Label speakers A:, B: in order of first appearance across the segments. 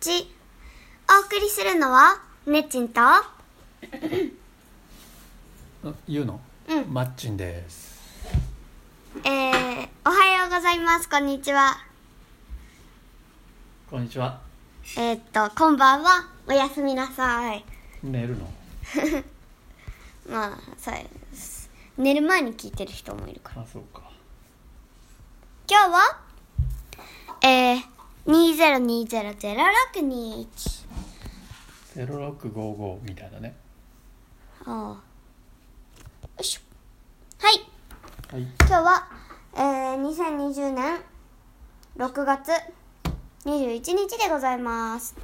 A: ちお送りするのはねっちんとは
B: あ言うの、
A: うん
B: マッチンです
A: えー、おはようございますこんにちは
B: こんにちは
A: えー、っとこんばんはおやすみなさい
B: 寝るの
A: まあそうです寝る前に聞いてる人もいるから
B: あそうか
A: 今日はえー、2020-0621
B: 0655みたいだね
A: ああよいしょはい
B: はい
A: 今日は、えー、2020年6月21日でございます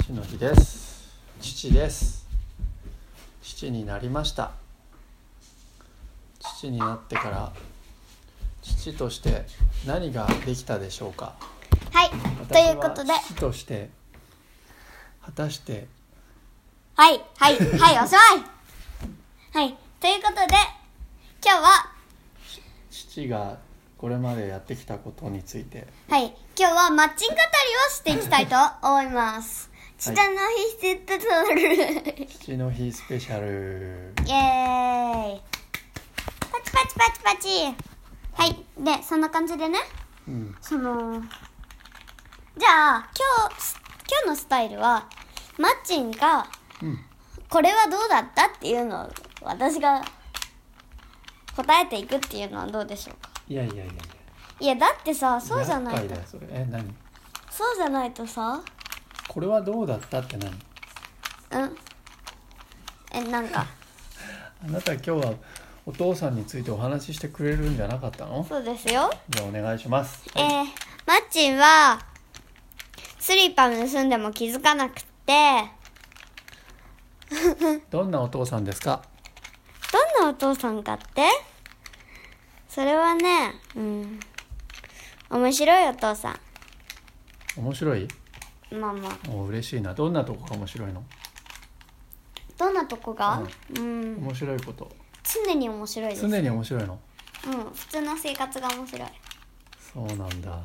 B: 父の日です父です父になりました父になってから父として何ができたでしょうか
A: はいということ
B: 私
A: で
B: は父として果たして
A: はいはいはい遅いはいということで今日は
B: 父がこれまでやってきたことについて
A: はい今日はマッチン語りをしていきたいと思いますちたのひせっとと る
B: 父の日スペシャル
A: イエーイパチパチパチパチはいでそんな感じでね
B: うん
A: そのじゃあ今日す今日のスタイルはマッチンが
B: うん
A: これはどうだったっていうのを私が答えていくっていうのはどうでしょうか
B: いやいやいやいや
A: いやだってさそうじゃない
B: 厄
A: と
B: 介だよそれえ何
A: そうじゃないとさ
B: これはどうだったって何
A: うんえなん か
B: あなた今日はお父さんについてお話ししてくれるんじゃなかったの
A: そうですよ
B: じゃあお願いします
A: えーマッチンはスリッパ盗んでも気づかなくって
B: どんなお父さんですか
A: どんなお父さんかってそれはね、うん。面白いお父さ
B: 面白い
A: ん。まあまあ。
B: お嬉しいなどんなとこが面白いの
A: どんなとこが、うん。
B: 面白いこと
A: 常に面白いです。う
B: 常
A: ん。
B: に面白いの
A: 普通の生活が面白い。
B: そうなんだ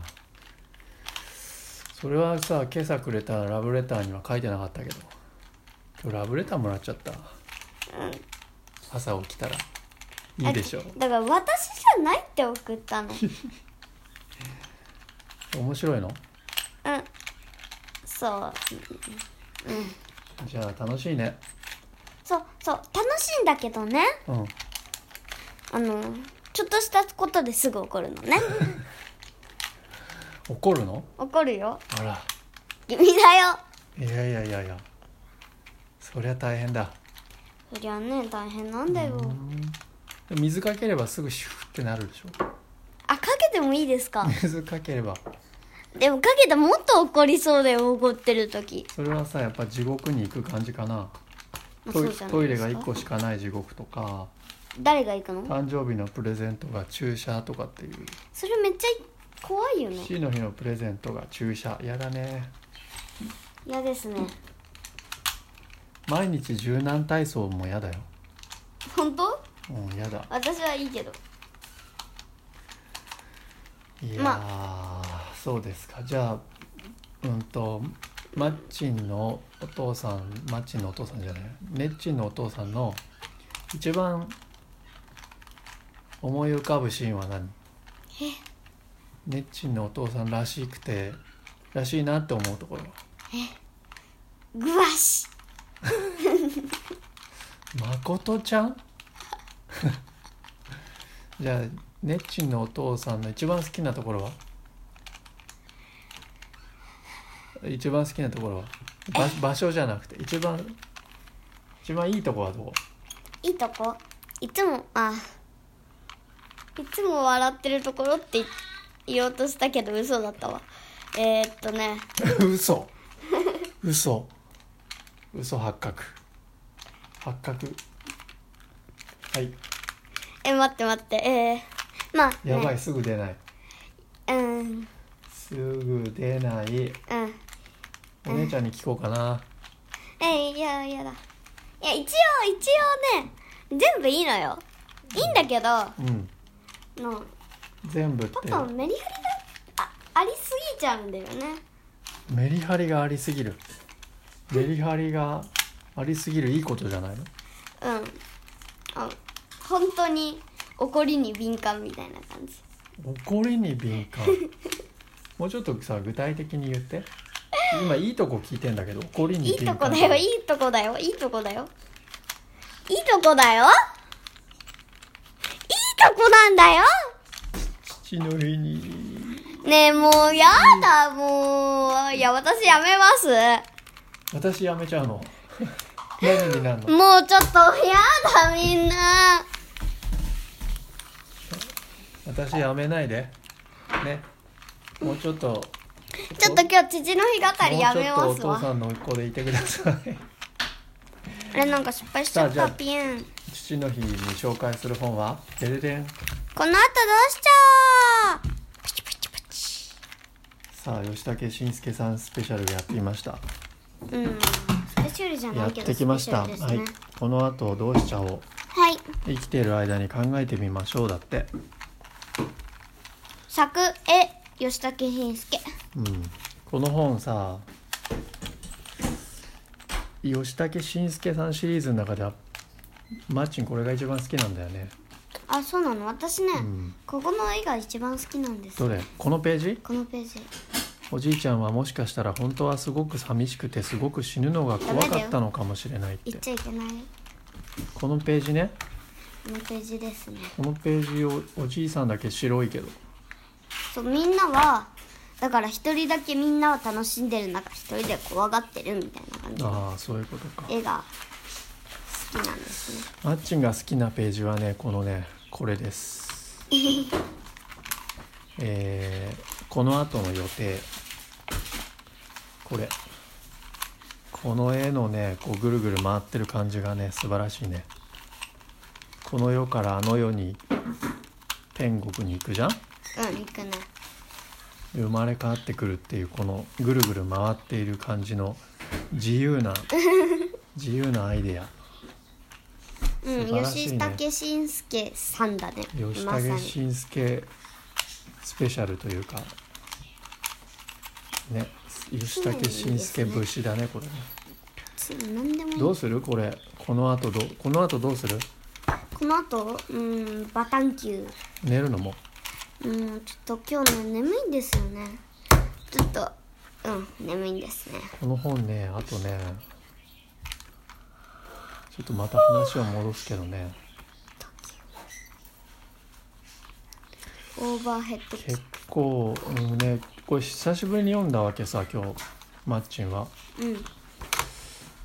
B: それはさ今朝くれたラブレターには書いてなかったけど今日ラブレターもらっちゃった、朝起きたらいいでしょ
A: だから私じゃないって送った の。うん。
B: 面白いの
A: そう。
B: じゃあ楽しいね
A: そう、そう。楽しいんだけどね。
B: うん
A: あの、ちょっとしたことですぐ怒るの ね。
B: 怒るの
A: 怒るよ。
B: あら
A: 君だよ。
B: いやいやいやいやそりゃ大変だ
A: そりゃね、大変なんだよ。
B: 水かければすぐシュッってなるでしょ
A: あ、かけてもいいですか
B: 水かければ
A: でもかけたらもっと怒りそうだよ怒ってる時
B: それはさやっぱ地獄に行く感じかな
A: まあ
B: トイ
A: そうじゃないですか
B: トイレが1個しかない地獄とか
A: 誰が行くの
B: 誕生日のプレゼントが注射とかっていう
A: それめっちゃ怖いよね
B: 父の日のプレゼントが注射やだね
A: 嫌ですね
B: 毎日柔軟体操もやだよ
A: 本当
B: うんやだ
A: 私はいいけど
B: いやー、そうですかじゃあうんとマッチンのお父さんマッチンのお父さんじゃないネッチンのお父さんの一番思い浮かぶシーンは何ネッチンのお父さんらしくてらしいなって思うところ
A: グワシ
B: まことちゃん じゃあネッチンのお父さんの一番好きなところは一番好きなところは場場所じゃなくて一番一番いいとこはどこ
A: いいとこいつもあいつも笑ってるところって言おうとしたけど嘘だったわえー、っとね
B: 嘘嘘嘘発覚発覚はい
A: え待って待ってえー、まあ、ね、
B: やばいすぐ出ない
A: うん
B: すぐ出ない
A: うん
B: お姉ちゃんに聞こうかな
A: えいやいやだいや一応一応ね全部いいのよいいんだけど、
B: うん
A: の
B: 全部って
A: パパはメリハリがあありすぎちゃうんだよね
B: メリハリがありすぎるメリハリがありすぎるいいことじゃないの
A: うんあ本当に怒りに敏感みたいな感じ
B: 怒りに敏 感もうちょっとさ具体的に言って今いいとこ聞いてんだけど怒りに
A: いい
B: 敏
A: と
B: 感
A: こだよいいとこだよいいとこだよいいとこだよいいとこなんだよ
B: 父の日に
A: ねえもうやだもういや私やめます
B: 私やめち ゃうの何になるの
A: もうちょっとやだみんな
B: 私やめないでねもうちょっと
A: ちょっと今日父の日語りやめ
B: も
A: ま
B: う
A: す
B: ちょっとお
A: わ
B: 父さんの子でいてください
A: あれなんか失敗しちゃっ
B: さあじゃあ
A: たピエン
B: 父の日に紹介する本はでででん
A: この後どうしちゃおう
B: さあ吉武慎介さんスペシャルやってみました
A: うんスペシャルじゃな
B: や
A: い
B: っ
A: けど
B: てきました、
A: スペシャ
B: は
A: ル
B: い
A: ですね
B: この後どうしちゃおう
A: はい
B: 生きている間に考えてみましょうだって
A: 作絵吉武慎介
B: うんこの本さ吉武慎介さんシリーズの中ではマーチンこれが一番好きなんだよね、
A: あそうなの私ね、
B: うん、
A: ここの絵が一番好きなんです
B: どれこのページ
A: このページ
B: おじいちゃんはもしかしたら本当はすごく寂しくてすごく死ぬのが怖かったのかもしれないっ
A: 言ってちゃいけない
B: このページね
A: このページですね
B: このページをおじいさんだけ白いけど
A: そうみんなはだから一人だけみんなは楽しんでる中一人で怖がってるみたいな感じ
B: ああそういうことか
A: 絵が好きなんですね
B: マッチンが好きなページはねこのねこれです、えーこの後の予定これこの絵のねこうぐるぐる回ってる感じがね素晴らしいねこの世からあの世に天国に行くじゃん
A: うんいくね
B: 生まれ変わってくるっていうこのぐるぐる回っている感じの自由な自由なアイデア
A: うん
B: 素晴らしい
A: 吉
B: ね
A: 武慎介さんだね
B: 吉
A: まさ
B: 武
A: に
B: 慎介スペシャルというかね吉武慎介節だねこれね
A: つい何でもいい
B: どうするこれこの後どうこの後どうする
A: この後うんバタンキュー
B: 寝るのも
A: うんちょっと今日ね眠いんですよねちょっとうん眠いんですね
B: この本ねあとねちょっとまた話を戻すけどね
A: オーバーヘッドキッ
B: 結構、うん、ねこれ久しぶりに読んだわけさ今日マッチンは
A: クうん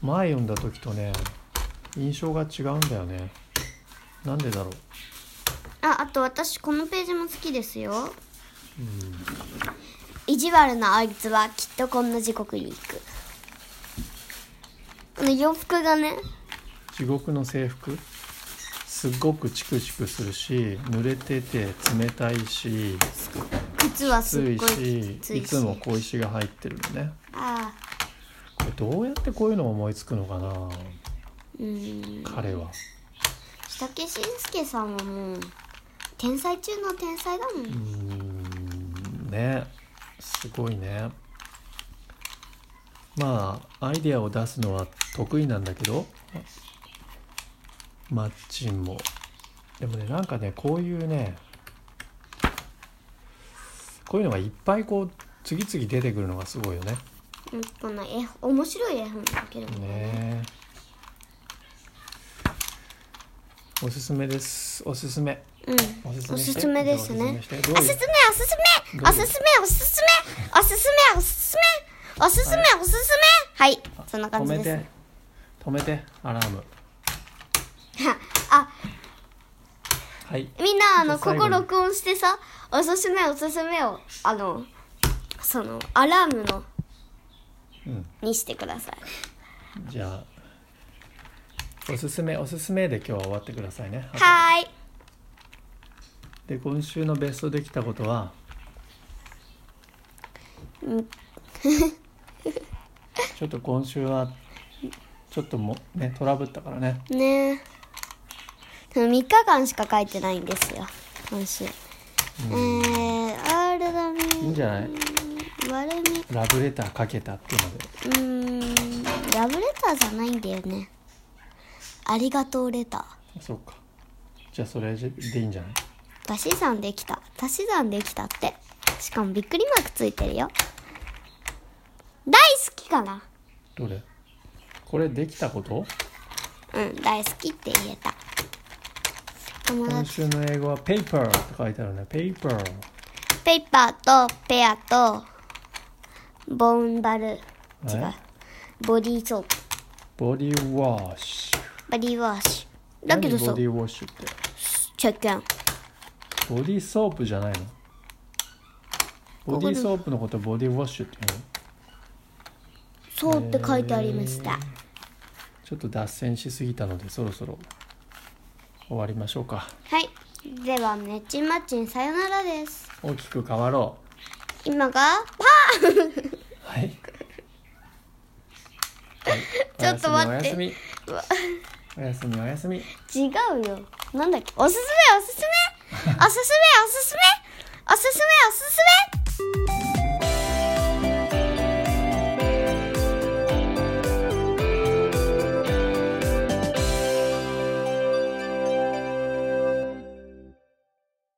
B: 前読んだ時とね印象が違うんだよねなんでだろう
A: ああと私このページも好きですよ
B: うん
A: 意地悪なあいつはきっとこんな時刻に行くこの洋服がね
B: 地獄の制服すっごくチクチクするし濡れてて冷たいし
A: 靴はす
B: 暑
A: っ
B: い
A: ごい
B: し
A: き
B: い
A: ついし
B: つも小石が入ってるのね
A: ああ
B: これどうやってこういうの思いつくのかな
A: うん
B: 彼は
A: 下木慎介さんはもう天才中の天才だもん、
B: うーんねすごいねまあアイデアを出すのは得意なんだけどマッチンもでもねなんかねこういうねこういうのがいっぱいこう次々出てくるのがすごいよね
A: うん、この絵面白い絵本だけれども
B: ねおすすめですおすすめ
A: うん
B: おすす
A: お
B: めして
A: すすめですね
B: じゃあおすすめしてどう
A: お
B: い
A: す
B: う
A: すめおすすめ
B: ど
A: お
B: ういう
A: すすめおすすめおすすめおすすめおすすめおすすめはいそんな感じです
B: 止めて止めてアラーム
A: あ
B: はい
A: みんなあ
B: じゃ
A: の
B: あ
A: こ
B: 最
A: こ
B: 後に
A: 録音してさおすすめおすすめをあのそのアラームの
B: うん
A: にしてください
B: じゃあおすすめおすすめで今日は終わってくださいね
A: はーい
B: で今週のベストできたことは
A: うん
B: ちょっと今週はちょっともねトラブったからね
A: ねえでも3日間しか書いてないんですよ今週えー、あれだね
B: いいんじゃない
A: 割れ目う
B: ラブレターかけたっていうので
A: ーんラブレターじゃないんだよねありがとうレター
B: そうかじゃあそれでいいんじゃない
A: 足し算できた足し算できたってしかもびっくりマークついてるよ大好きかな
B: どれこれできたこと
A: うん大好きって言えた友
B: 今
A: 達
B: 週の英語は「ペーパー」って書いてあるね「ペーパー
A: ペーパーとペアとボンバル違う」
B: え
A: ボディーソープ
B: ボディーワッシュ
A: ボディーワッシュだけどさ
B: 何ボディーウォッシュって
A: チェックイン
B: ボディーソープじゃないのボディーソープのことボディーウォッシュっていうの
A: そうって書いてありました
B: ちょっと脱線しすぎたのでそろそろ終わりましょうか
A: はいではねちんまちんさよならです
B: 大きく変わろ
A: 今がパ
B: うはい、
A: ちょっと待って
B: おやすみおやすみおやすみおやすみ
A: 違うよ なんだっけおすすめおすすめおすすめおすすめおすすめおすすめ